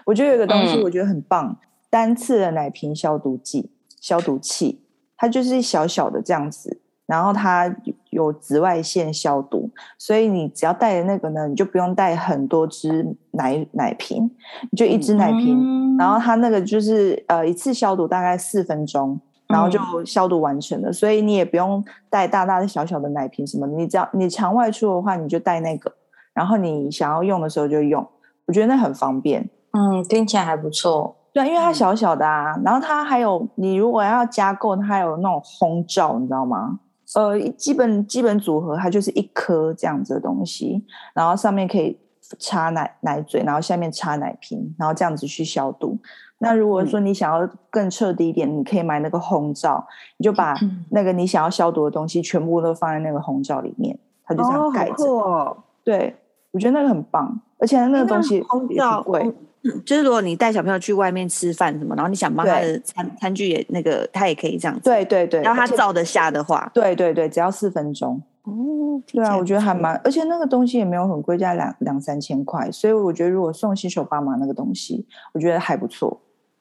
S2: 我觉得有一个东西
S1: 嗯
S2: 我觉得很棒，单次的奶瓶消毒剂、消毒器，它就是小小的这样子，然后它有有紫外线消毒，所以你只要带着那个呢，你就不用带很多支奶奶瓶，你就一支奶
S1: 嗯
S2: 瓶，然后它那个就是呃一次消毒大概四分钟。然后就消毒完成了，所以你也不用带大大的小小的奶瓶什么的，你只要你常外出的话，你就带那个，然后你想要用的时候就用，我觉得那很方便。
S1: 嗯，听起来还不错。
S2: 对，因为它
S1: 嗯
S2: 小小的啊，然后它还有你如果要加购，它还有那种烘罩，你知道吗？呃，基本基本组合它就是一颗这样子的东西，然后上面可以插奶奶嘴，然后下面插奶瓶，然后这样子去消毒。那如
S3: 嗯
S2: 果说你想要更彻底一点，你可以买那个烘罩，你就把
S1: 嗯
S2: 那个你想要消毒的东西全部都放在那个烘罩里面，它就这样盖着。
S3: 哦！
S2: 对，我觉得那个很棒，而且那个东西也
S3: 烘
S2: 不
S3: 罩
S2: 贵。
S3: 哦就是如果你带小朋友去外面吃饭什么，然后你想帮他的餐餐具也那个，他也可以这样子。
S2: 对对对，
S3: 然后他
S2: 而且
S3: 照得下的话，
S2: 对对对，只要四分钟。
S3: 哦，
S2: 对啊，我觉得还
S3: 蛮。
S2: 蛮，而且那个东西也没有很贵价，两两三千块，所以我觉得如果送新手爸妈那个东西，我觉得还不错。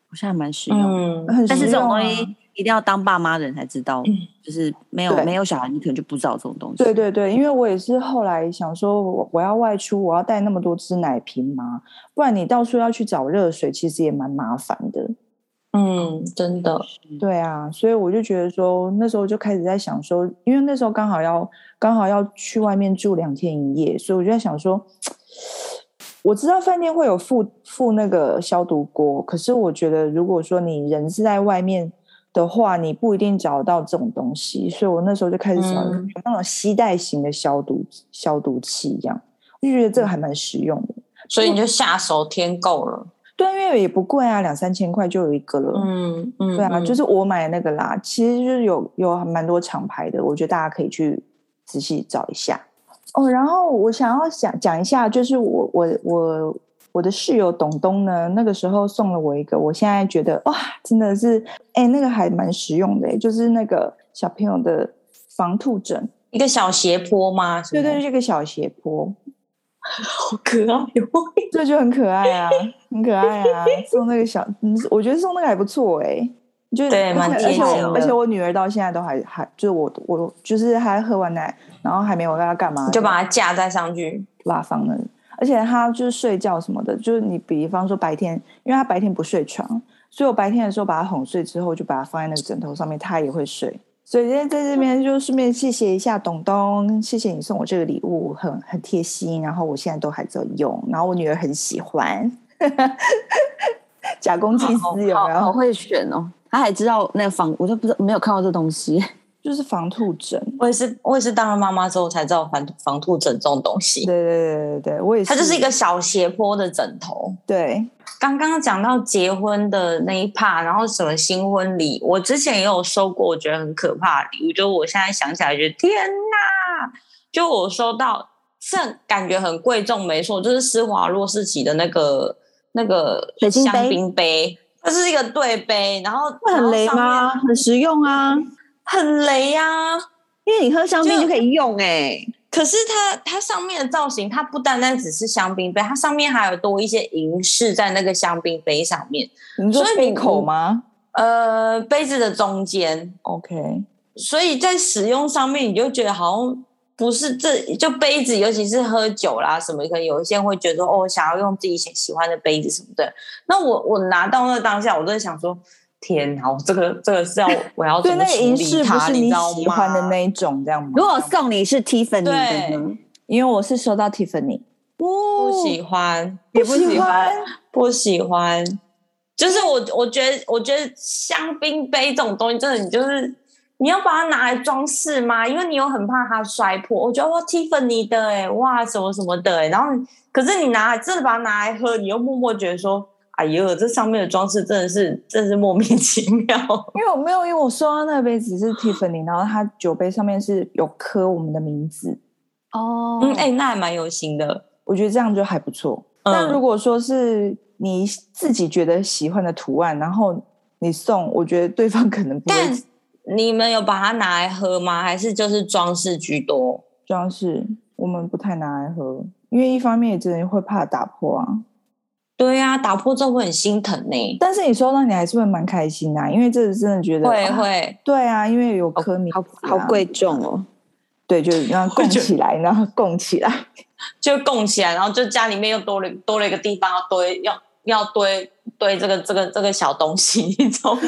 S3: 好像还蛮实用的。
S1: 嗯，
S2: 很
S3: 但是
S2: 实
S3: 这种
S2: 用啊
S3: 东西一定要当爸妈的人才知道，就是没有
S2: 对
S3: 没有小孩，你可能就不知道这种东西。
S2: 对对对，因为我也是后来想说我，我要外出，我要带那么多支奶瓶嘛，不然你到处要去找热水，其实也蛮麻烦的。
S1: 嗯，真的，
S2: 对啊，所以我就觉得说，那时候就开始在想说，因为那时候刚好要刚好要去外面住两天一夜，所以我就在想说，我知道饭店会有附附那个消毒锅，可是我觉得如果说你人是在外面的话，你不一定找得到这种东西，所以我那时候就开始找
S1: 嗯
S2: 那种吸带型的消毒消毒器一样，我就觉得这个还蛮实用的。
S1: 所以你就下手添购了。
S2: 对，因为也不贵啊，两三千块就有一个了。
S1: 嗯嗯，
S2: 对啊，就是是我买的那个啦，其实就是有有蛮多厂牌的，我觉得大家可以去仔细找一下。哦，然后我想要讲讲一下，就是我我我我的室友董东呢，那个时候送了我一个，我现在觉得哇，真的是哎、那个还蛮实用的、欸就是那个小朋友的防兔疹，
S1: 一个小斜坡吗？
S2: 对对，
S1: 什么，
S2: 这个小斜坡，
S1: 好可爱
S2: <laughs>
S1: 哟。
S2: 这就很可爱啊，很可爱啊！送那个小，嗯我觉得送那个还不错哎、就而
S1: 对
S2: 且
S1: 蛮
S2: 而且
S1: 贴心
S2: 我
S1: 的
S2: 而且我女儿到现在都还还，就是我我就是还喝完奶，然后还没有让她干嘛，
S1: 你就把它架在上去。
S2: 把她放那里。而且她就是睡觉什么的，就是你比方说白天，因为她白天不睡床，所以我白天的时候把她哄睡之后，就把她放在那个枕头上面，她也会睡。所以在在这边就顺便谢谢一下董东，谢谢你送我这个礼物，很很贴心。然后我现在都还在用，然后我女儿很喜欢。假公济
S1: 好
S2: 私有没
S3: 好
S2: 有？
S3: 会选哦，他还知道那个房，我都不知道没有看过这东西。
S2: 就是防兔疹。
S1: 我也是，我也是当了妈妈之后才知道防防兔疹这种东
S2: 对
S1: 西，
S2: 对对对对，我也是。
S1: 它就是一个小斜坡的枕头。
S2: 对
S1: 刚刚讲到结婚的那一 part，然后什么新婚礼，我之前也有收过，我觉得很可怕的礼物。就我现在想起来，觉得天哪！就我收到，这感觉很贵重，没错，就是施华洛世奇的那个那个
S3: 水晶杯
S1: 香槟杯，它是一个对杯，然后
S3: 会很雷？
S1: 然后上
S3: 吗？
S1: 面
S3: 很实用啊，
S1: 很雷啊！
S3: 因为你喝香槟
S1: 就
S3: 就可以用哎、
S1: 可是它它上面的造型，它不单单只是香槟杯，它上面还有多一些银饰在那个香槟杯上面，
S2: 你说
S1: 所以
S2: 杯
S1: 你
S2: 口吗
S1: 呃，杯子的中间，
S2: ？OK，
S1: 所以在使用上面，你就觉得好像不是这就杯子，尤其是喝酒啦什么，可能有一些人会觉得说，哦，想要用自己喜喜欢的杯子什么的。那我我拿到那当下，我都在想说，天哪，我这个这个是要我要
S2: 对，
S1: 怎么
S2: 那个
S1: 处
S2: 银
S1: 理
S2: 饰不
S1: 它？
S2: 是
S1: 你知道
S2: 喜欢的
S1: 吗？
S2: 那一种，这样吗？
S3: 如果送你是 Tiffany 的呢
S1: 对？
S2: 因为我是收到 Tiffany，
S1: 不喜欢，
S3: 也
S2: 不喜欢，
S1: 不喜欢。就是我，我觉得，我觉得香槟杯这种东西，真的，你就是你要把它拿来装饰吗？因为你又很怕它摔破。我觉得哇，Tiffany 的哎、哇，什么什么的哎、然后你可是你拿来真的把它拿来喝，你又默默觉得说，哎呦，这上面的装饰真的是，真是莫名其妙。
S2: 因为我没有，因为我收到那个杯子是 Tiffany，然后它酒杯上面是有刻我们的名字，
S3: 哦
S1: 嗯，哎、那还蛮有心的。
S2: 我觉得这样就还不错。那、
S1: 嗯
S2: 如果说是你自己觉得喜欢的图案，然后你送，我觉得对方可能不会
S1: 但你们有把它拿来喝吗？还是就是装饰居多？
S2: 装饰，我们不太拿来喝，因为一方面也真的会怕打破啊。
S1: 对呀、打破之后会很心疼呢、
S2: 但是你收到你还是会蛮开心的啊、因为这真的觉得
S1: 会
S2: 啊
S1: 会，
S2: 对啊，因为有科名、啊
S3: 好好，贵重哦，
S2: 对，就是让它供起来，然后供起来。 <laughs>
S1: 就供起来，然后就家里面又多了多了一个地方要堆，要要堆堆这个这个这个小东西，你知道吗？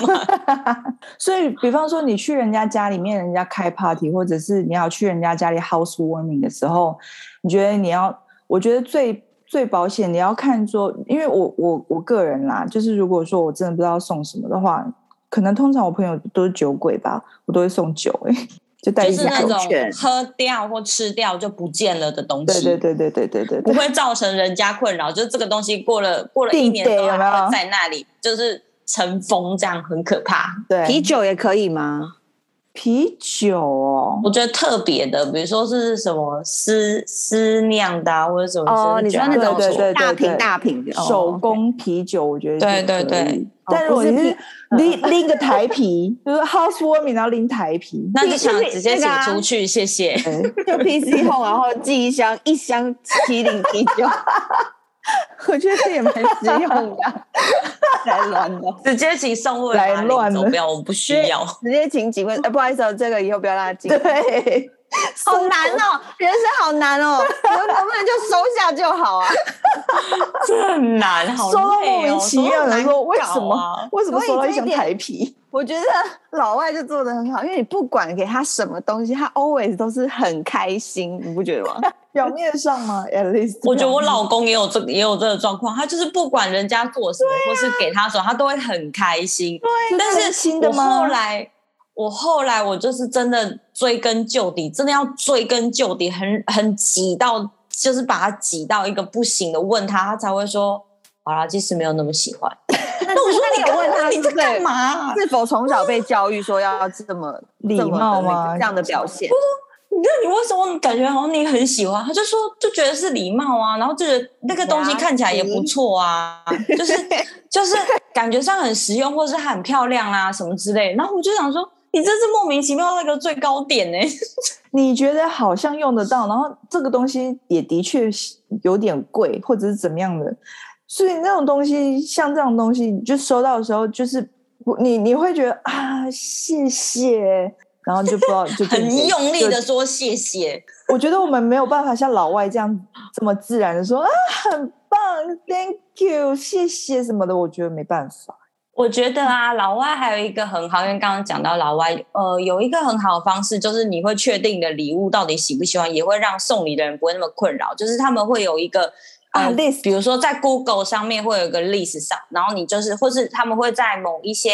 S2: 所以，比方说你去人家家里面，人家开 party，或者是你要去人家家里 housewarming 的时候，你觉得你要，我觉得最最保险，你要看说，因为我我我个人啦，就是如果说我真的不知道送什么的话，可能通常我朋友都是酒鬼吧，我都会送酒、欸， <laughs> 就带
S1: 就
S2: 一
S1: 是
S2: 些
S1: 那
S2: 酒。
S1: 种
S3: 全
S1: 喝掉或吃掉就不见了的东
S2: 对
S1: 西，
S2: 对对对对对对
S1: 不
S2: 对，
S1: 会造成人家困扰。就是这个东西过了过了一
S2: 定
S1: 年之后
S2: 得有没有
S1: 还会在那里，就是尘封，这样很可怕。
S2: 对
S3: 啤酒也可以吗？
S2: 啤酒哦，
S1: 我觉得特别的，比如说是什么私私酿的、啊，或者什么
S3: 哦，
S1: 生
S3: 你
S1: 酒
S3: 说
S1: 啊
S3: 那种
S2: 对对对
S3: 大
S2: 对
S3: 瓶大瓶的
S2: 手
S3: 哦
S2: 工啤酒，我觉得
S1: 对
S2: 也可
S1: 对对哦
S2: 以。但如
S3: 不
S2: 果
S3: 是
S2: 你是
S3: 啤
S1: 嗯
S2: 拎拎个台啤，
S1: <laughs>
S2: 就是 housewarming，然后拎台啤，
S1: 那就想直接
S3: 那个
S1: 请
S3: 啊
S1: 出去，谢谢。
S3: <laughs>
S2: <laughs>
S3: 就 PC 后，然后寄一箱一箱
S1: <laughs>
S3: 啊麒麟啤酒，我觉得这也蛮实用的。来乱了。
S1: 直接请送货
S2: 来
S1: 把你
S2: 乱
S1: 走
S2: 了
S1: 不要，我不需要。
S3: 直接请警卫，哎、不好意思、哦，这个以后不要让他进。
S2: 对，
S3: 好难哦，人生好难哦，我们能不能就收下就好 <laughs> 啊？
S1: 这很难，好
S2: 收到
S1: 累
S2: 莫名
S1: 哦
S2: 其妙的说为什？
S1: 收到难搞
S2: 么
S1: 啊
S2: 为什么
S3: 所以
S2: 收到
S3: 这
S2: 一
S3: 一
S2: 张
S3: 点
S2: 台皮？
S3: 我觉得老外就做的很好，因为你不管给他什么东西，他 always 都是很开心，你不觉得吗？ <laughs>
S2: 表面上嘛，at least，
S1: 我觉得我
S2: 表面
S1: 老公也有这也有这个状况，他就是不管人家做什么，
S2: 啊
S1: 或是给他什么，他都会很开心。
S2: 对
S1: 但
S2: 这
S1: 是
S2: 新
S1: 我
S2: 的吗？
S1: 后来，我后来我就是真的追根究底，真的要追根究底，很很挤到，就是把他挤到一个不行的，问他，他才会说。好啦，其实没有那么喜欢。
S2: <laughs>
S3: 那我说
S1: 那
S3: 你有问他
S1: 你在
S3: 是不是
S1: 干嘛啊？
S3: 是否从小被教育说要这么
S2: 礼
S3: 这么的
S2: 貌
S3: 那个
S2: 吗
S3: 这样的表现，
S1: 那你为什么感觉好像你很喜欢？他就说就觉得是礼貌啊，然后就觉得那个东西看起来也不错啊，就是就是感觉上很实用，或是它很漂亮啊什么之类。然后我就想说，你这是莫名其妙到一个最高点欸呢、
S2: 你觉得好像用得到，然后这个东西也的确是有点贵，或者是怎么样的，所以那种东西，像这种东西，你就收到的时候，就是你你会觉得啊，谢谢，然后就不知
S1: <laughs>
S2: 道就变
S1: 很
S2: 成
S1: 用力的
S2: 就
S1: 说谢谢，
S2: 我觉得我们没有办法像老外这样这么自然的说啊，很棒，Thank you，谢谢什么的，我觉得没办法。
S1: 我觉得啊，老外还有一个很好，因为刚刚讲到老外，呃，有一个很好的方式就是你会确定你的礼物到底喜不喜欢，也会让送礼的人不会那么困扰。就是他们会有一个呃、
S2: 啊，list
S1: 比如说在 Google 上面会有一个 list 上，然后你就是或是他们会在某一些，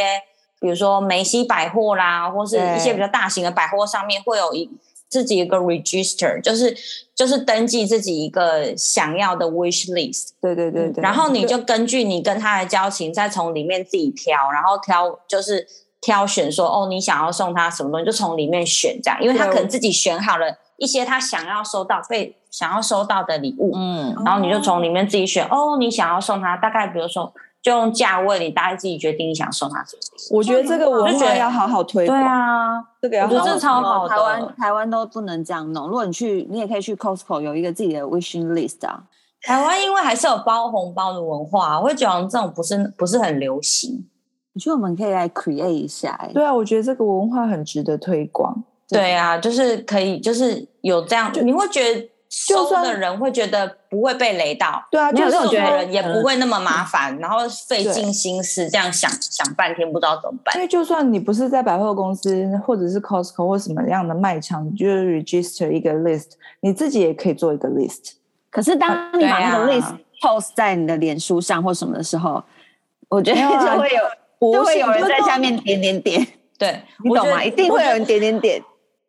S1: 比如说梅西百货啦，或是一
S2: 对
S1: 些比较大型的百货上面会有一自己一个 register，就是就是登记自己一个想要的 wish list。
S2: 对对对
S3: 嗯
S2: 对，
S1: 然后你就根据你跟他的交情，再从里面自己挑，然后挑就是挑选说哦，你想要送他什么东西，就从里面选这样，因为他
S2: 对
S1: 可能自己选好了一些他想要收到被想要收到的礼物，
S2: 嗯，
S1: 然后你就从里面自己选哦，你想要送他大概比如说就用价位，你大概自己决定你想送他什么。
S2: 我觉得这个文
S1: 就觉
S2: 化
S1: 得
S2: 要好好推
S1: 对
S2: 广，
S1: 啊，
S2: 这个要
S1: 我觉得
S2: 好
S1: 这
S2: 好
S1: 超好的
S3: 台湾台湾都不能这样弄。如果你去，你也可以去 Costco 有一个自己的 wishing list 啊。
S1: 台湾因为还是有包红包的文化，啊我会觉得这种不是不是很流行。
S3: 我觉得我们可以来 create 一下、欸，
S2: 对啊，我觉得这个文化很值得推广。
S3: 对
S1: 对啊，就是可以，就是有这样，你会觉得收
S2: 算
S1: 的人会觉得不会被雷到，
S2: 对啊，
S1: 没
S2: 就
S1: 有
S2: 是
S1: 送
S2: 说
S1: 的
S3: 嗯
S1: 人也不会那么麻烦，然后费尽心思这样想想半天，不知道怎么办
S2: 因。为就算你不是在百货公司或者是 Costco 或什么样的卖场，你就是 register 一个 list，你自己也可以做一个 list。
S3: 可是当你把那个
S1: 对啊
S3: list post 在你的脸书上或什么的时候，我觉得
S2: 没有啊
S3: 就会有、就会有人在下面点点点，
S1: 对，
S3: 你
S1: 我觉
S3: 懂
S1: 得
S3: 吗？一定会有人点点点。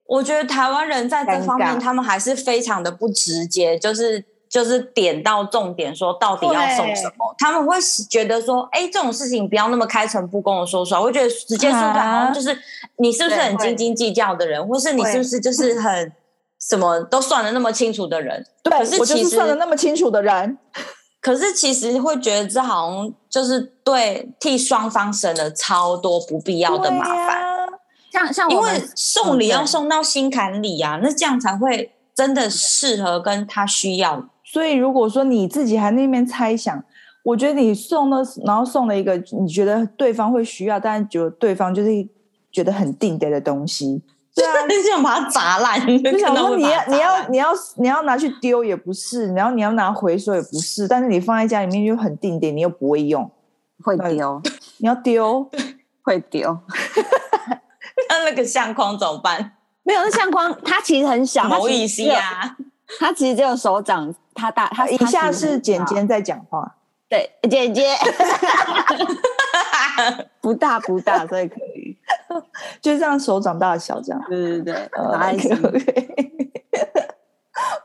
S1: 我觉得台湾人在这方
S3: 尴
S1: 面，
S3: 尬
S1: 他们还是非常的不直接，就是就是点到重点，说到底要送什么。他们会觉得说，哎，这种事情不要那么开诚布公的说出来。我觉得直接说出来，
S2: 啊
S1: 好像就是你是不是
S3: 对
S1: 很
S3: 会
S1: 斤斤计较的人，或是你
S3: 会
S1: 是不是就是很什么都算的那么清楚的人。
S2: 对，
S1: 可是
S2: 我就
S1: 其
S2: 是
S1: 实
S2: 算的那么清楚的人，
S1: 可是其实会觉得这好像就是对替双方省了超多不必要的麻烦。
S2: 烦。
S3: 像像
S1: 因
S3: 我们
S1: 为送礼
S3: 嗯
S1: 要
S3: 对
S1: 送到心坎里啊，那这样才会真的适合跟他需要。
S2: 所以如果说你自己还那边猜想，我觉得你送了，然后送了一个你觉得对方会需要，但是觉得对方就是觉得很定得的东西，
S1: 对啊， <laughs> 就想把它砸烂，
S2: 就
S1: 就
S2: 想说你要你要
S1: 你
S2: 你要你要拿去丢也不是，然后你要拿回收也不是，但是你放在家里面就很定点，你又不会用，
S3: 会
S2: 嗯
S3: 丢
S2: 你要丢，
S3: 会丢，
S1: 那那个相框怎么办？
S3: 没有那相框，它其实很小，它
S1: 某
S3: 其实
S1: 意
S3: 只
S1: 思
S3: 有，
S1: 啊，
S3: 它其实只有手掌，它大，
S2: 他
S3: 它
S2: 哦以下是简，
S3: 它其实
S2: 简
S3: 很
S2: 在讲话，
S3: 大对，姐姐不大不大，所以可以，
S2: 就是这样手掌大小这样。
S3: 对对对，
S2: 呃
S3: 拿在心里
S2: OK，OK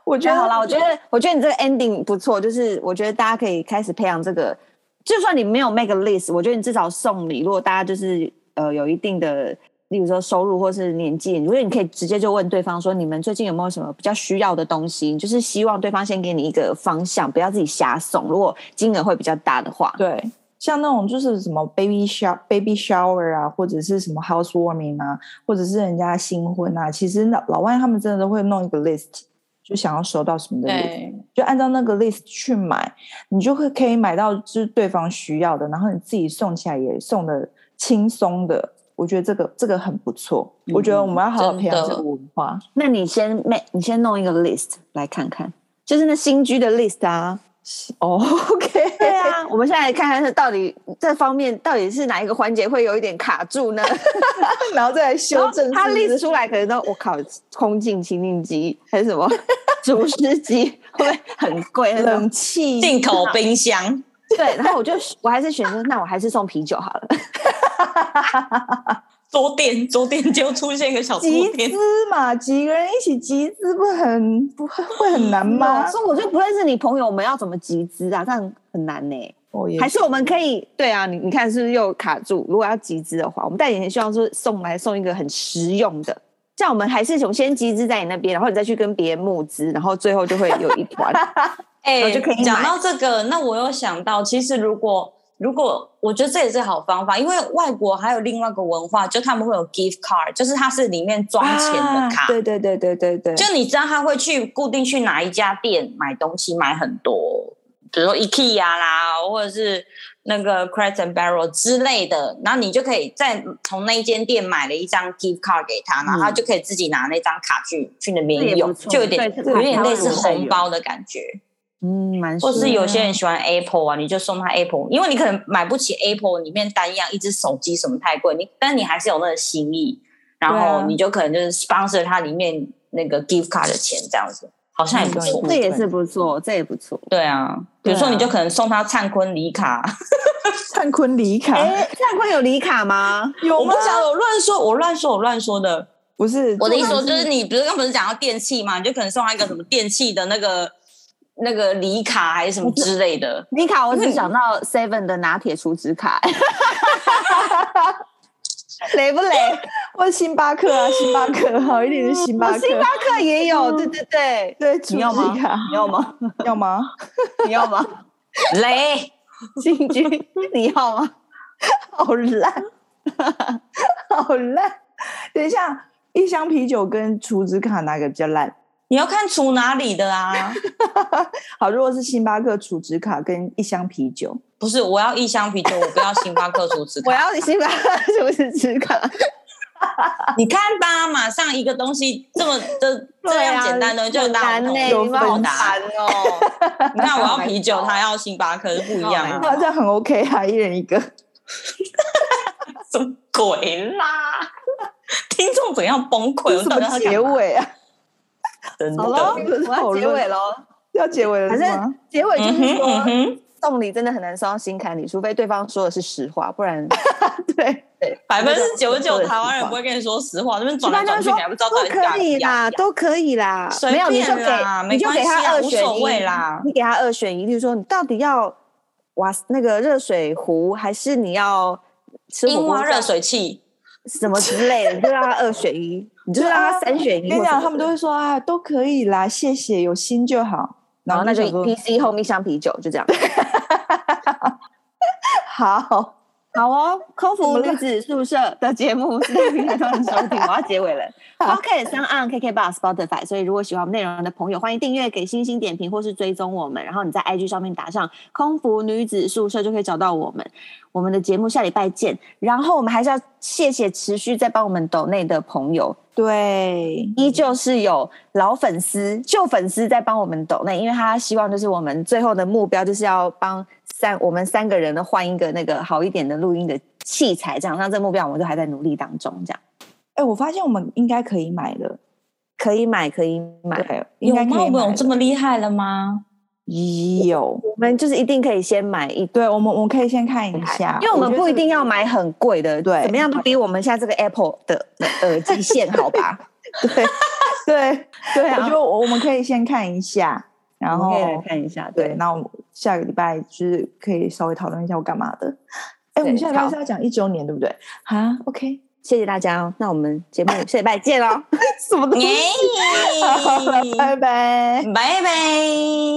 S2: <laughs> 我觉
S3: 觉
S2: 得
S3: 得好了，我觉得我觉得你这个 ending 不错，就是我觉得大家可以开始培养这个，就算你没有 make a list，我觉得你至少送礼，如果大家就是呃有一定的，例如说收入或是年纪，我觉得你可以直接就问对方说，你们最近有没有什么比较需要的东西？就是希望对方先给你一个方向，不要自己瞎送。如果金额会比较大的话，
S2: 对，像那种就是什么 baby shower、baby shower 啊，或者是什么 housewarming 啊，或者是人家新婚啊，其实老老外他们真的都会弄一个 list，就想要收到什么的礼物，
S1: 对，
S2: 就按照那个 list 去买，你就会可以买到就是对方需要的，然后你自己送起来也送的轻松的。我觉得这个这个很不错，我觉得我们要好好培养
S1: 真的
S2: 这个文化。
S3: 那你先 make，你先弄一个 list 来看看，就是那新居的 list 啊。
S2: 哦，OK， <laughs>
S3: 对啊， <laughs> 我们现在来看看是到底这方面到底是哪一个环节会有一点卡住呢？
S2: 然后再来修正
S3: 他
S2: 是不是
S3: list 出来可能都我靠，空净清净机还是
S2: <laughs>
S3: 什么除湿机， <laughs> 会不会很贵那种？
S2: 冷气
S1: 进口冰箱，
S3: 对，然后我就我还是选择，那我还是送啤酒好了。
S1: 桌垫，桌垫就出现一个小桌
S2: 集
S1: 垫，
S2: 资嘛，几个人一起集资不很不会很
S3: 嗯
S2: 难吗？
S3: 所以我就不认识你朋友，我们要怎么集资啊？这样很难呢、
S2: 哦，也
S3: 还是我们可以对啊？你你看是不是又卡住？如果要集资的话，我们戴眼镜希望说送来送一个很实用的，这样我们还是我先集资在你那边，然后你再去跟别人募资，然后最后就会有一
S2: <laughs>
S3: 团。
S1: 哎、
S3: 我就可以买
S1: 讲到这个，那我又想到，其实如果如果我觉得这也是好方法，因为外国还有另外一个文化，就他们会有 gift card，就是它是里面装钱的卡。
S2: 啊对对对对对对，
S1: 就你知道他会去固定去哪一家店买东西，买很多，比如说 IKEA 啦，或者是那个 Crate and Barrel 之类的，然后你就可以再从那一间店买了一张 gift card 给他，然后他就可以自己拿那张卡去去那
S3: 嗯这也
S1: 边
S3: 不
S1: 用，
S3: 错
S1: 就有点
S3: 对这个
S1: 有点类似
S3: 台湾
S1: 红包的感觉，
S3: 嗯，蛮
S1: 或是
S3: 实用
S1: 有些人喜欢 Apple 啊，你就送他 Apple，因为你可能买不起 Apple 里面单样一只手机什么太贵，你但你还是有那个心意，然
S2: 对
S1: 后
S2: 啊
S1: 你就可能就是 sponsor 它里面那个 gift card 的钱这样子，好像也不错
S2: 嗯。
S3: 这也是不错，这也不错。
S1: 对啊，比如
S2: 对
S1: 说
S2: 啊
S1: 你就可能送他灿坤礼卡，
S2: 灿坤离卡、
S3: 哎，那会有礼卡吗？
S2: 有
S1: 我不
S2: 吗？
S1: 想我乱说，我乱说，我乱说的。
S2: 不是
S1: 我的意思说
S2: 这个
S1: 就是你，比如刚不是讲到电器嘛，你就可能送他一个什么电器的那个那个礼卡还是什么之类 <laughs> 的。
S3: 礼卡我只想到 Seven 的拿铁储值卡， <laughs> 雷不雷？
S2: 或者星巴克啊，星巴克好一点的星巴
S3: 我
S2: 克，
S3: 哦
S2: 嗯
S3: 星巴克也有，对对对。
S2: 对，储
S3: 你要吗
S2: 值卡？
S3: 你要吗？
S2: 要吗？
S3: 你要吗？
S1: 雷，
S3: 进军，你要吗？
S2: 好烂， <laughs> 好烂！等一下，一箱啤酒跟储值卡哪个比较烂？
S1: 你要看出哪里的啊？
S2: 好，如果是星巴克储值卡跟一箱啤酒，
S1: 不是，我要一箱啤酒，我不要星巴
S3: <laughs>
S1: 克厨师
S3: 我
S1: 卡。
S3: 要星巴克储值吃 <laughs> 卡。
S1: 你看吧，马上一个东西这么
S3: <laughs>
S1: 的这样简单的就
S3: 啊很
S1: 大
S3: 难
S1: 不
S3: 呢，
S1: 同，
S3: 你们好
S1: 问答
S3: 烦。 <laughs> 哦。
S1: 你看我要啤酒，他要星巴克是不一样
S3: 好
S1: 的，
S2: 那、这样很 OK 啊，一人一个。
S1: 什么鬼啦？ <laughs> 听众怎样崩溃？我
S2: 什
S1: 到底
S2: 么
S1: 要
S2: 结
S1: 干嘛？
S2: 尾啊？
S1: 真
S3: 好喽，
S1: 的，
S2: 对
S3: 我要结尾喽。
S2: 要结尾了
S3: 反
S2: 是
S3: 正
S2: 吗？
S3: 结尾就
S1: 嗯
S3: 是
S1: 哼嗯
S3: 说，
S1: 哼，
S3: 送礼真的很难送到心坎里，除非对方说的是实话，不然
S2: 对，
S1: 百分之九十
S3: 我
S1: 九
S3: 们
S1: 台湾人不会跟你说实话，那边转来转去，你还不知道到底是哪里呀。
S3: 都可以啦啊
S1: 随
S3: 没有你就
S1: 便
S3: 给
S1: 啦
S3: 你就
S1: 没
S3: 给
S1: 关系啊
S3: 他二选
S1: 无所谓
S3: 一
S1: 啦
S3: 你给他二选一，例如说你到底要哇那个热水壶，还是你要吃火
S1: 樱
S3: 锅
S1: 花热水器，
S3: 什么之类的，你就让他二
S1: <laughs>
S3: 选一，你就让他
S1: 啊
S3: 三选一。
S2: 跟你讲，他们都
S3: 会，
S2: 会说啊，都可以啦，谢谢，有心就好。
S3: 然后那就
S2: 想说
S3: P C 后面箱啤酒，就这样。
S2: 好。
S3: <laughs> 好哦，空
S2: 怎
S3: 服
S2: 么了
S3: 女子宿舍的节目是在平台上收
S2: <laughs>
S3: 听，我要结尾了。
S2: 好
S3: Pocket 上岸 KK Bus Spotify，所以如果喜欢我们内容的朋友，欢迎订阅、给星星点评或是追踪我们，然后你在 IG 上面打上“空服女子宿舍”就可以找到我们。我们的节目下礼拜见。然后我们还是要谢谢持续在帮我们抖内的朋友，
S2: 对，
S3: 依旧是有老粉丝、旧粉丝在帮我们抖内，因为他希望就是我们最后的目标就是要帮三我们三个人呢换一个那个好一点的录音的器材，这样。那这个目标我们都还在努力当中，这样
S2: 哎，我发现我们应该可以买了，
S3: 可以买，可以买。
S2: 对，应
S1: 有
S2: 该可以
S1: 吗？我们
S2: 买
S1: 有
S2: 了
S1: 这么厉害了吗？
S2: 有，
S3: 我们就是一定可以先买一
S2: 对，我们我们可以先看一下，
S3: 因为我们
S2: 觉得
S3: 不一
S2: 这个
S3: 定要买很贵的，
S2: 对
S3: 怎么样都比我们现在这个 Apple 的耳机线好吧？
S2: <laughs> 对，
S3: <laughs> 对
S2: 我觉
S3: 啊，
S2: 得我我们可以先看一下，然
S3: 我们
S2: 后
S3: 可以来看一下，
S2: 对，
S3: 对，
S2: 那我们下个礼拜就是可以稍微讨论一下我干嘛的。哎，我们
S3: 对
S2: 下礼拜
S3: 好
S2: 是要讲一周年，对不对？啊，OK，
S3: 谢谢大家哦。那我们节目下礼拜见喽。哦
S1: <laughs>
S2: 什么东西？
S1: 耶，
S2: 哎拜拜。
S1: 拜拜。